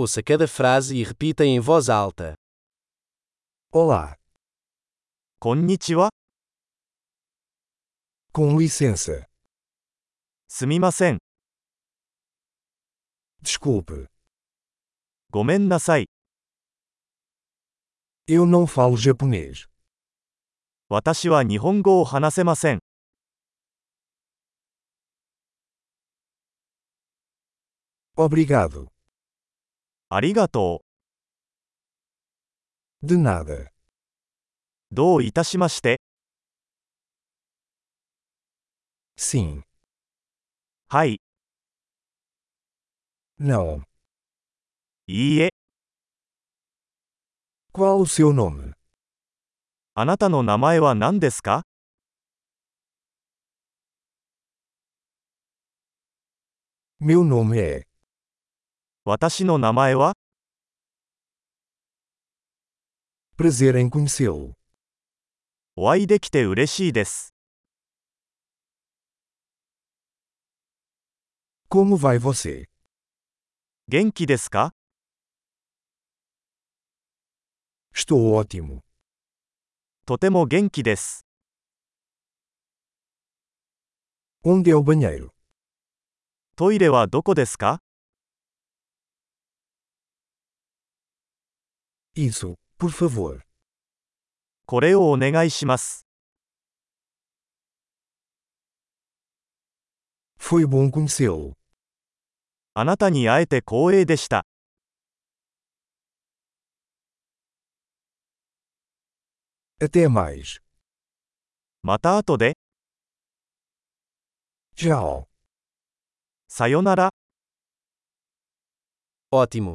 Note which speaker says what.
Speaker 1: Ouça cada frase e repita em voz alta.
Speaker 2: Olá,
Speaker 3: こんにちは。
Speaker 2: com licença.
Speaker 3: すみません。
Speaker 2: Desculpe,
Speaker 3: ごめんなさい。
Speaker 2: eu não falo japonês.
Speaker 3: 私は日本語を話せません。
Speaker 2: Obrigado.
Speaker 3: ありがと
Speaker 2: De nada.
Speaker 3: う。どういたしまして。
Speaker 2: Sim.
Speaker 3: はい、
Speaker 2: Não.
Speaker 3: いいえ。
Speaker 2: Qual o seu nome?
Speaker 3: あなたの名前は何ですか
Speaker 2: Meu nome é.
Speaker 3: 私の名前は
Speaker 2: Prazer em conhecê-lo.
Speaker 3: お会いできて嬉しいです。
Speaker 2: Como vai você?
Speaker 3: 元気ですか
Speaker 2: Estou ótimo.
Speaker 3: とても元気です。
Speaker 2: Onde é o banheiro?
Speaker 3: トイレはどこですか
Speaker 2: Isso, por favor.
Speaker 3: これをお願いします。
Speaker 2: Foi bom conhecê-lo.
Speaker 3: あなたに会えて光栄でした。
Speaker 2: Até mais.
Speaker 3: また後で、
Speaker 2: Tchau.
Speaker 3: さよなら。
Speaker 1: Ótimo!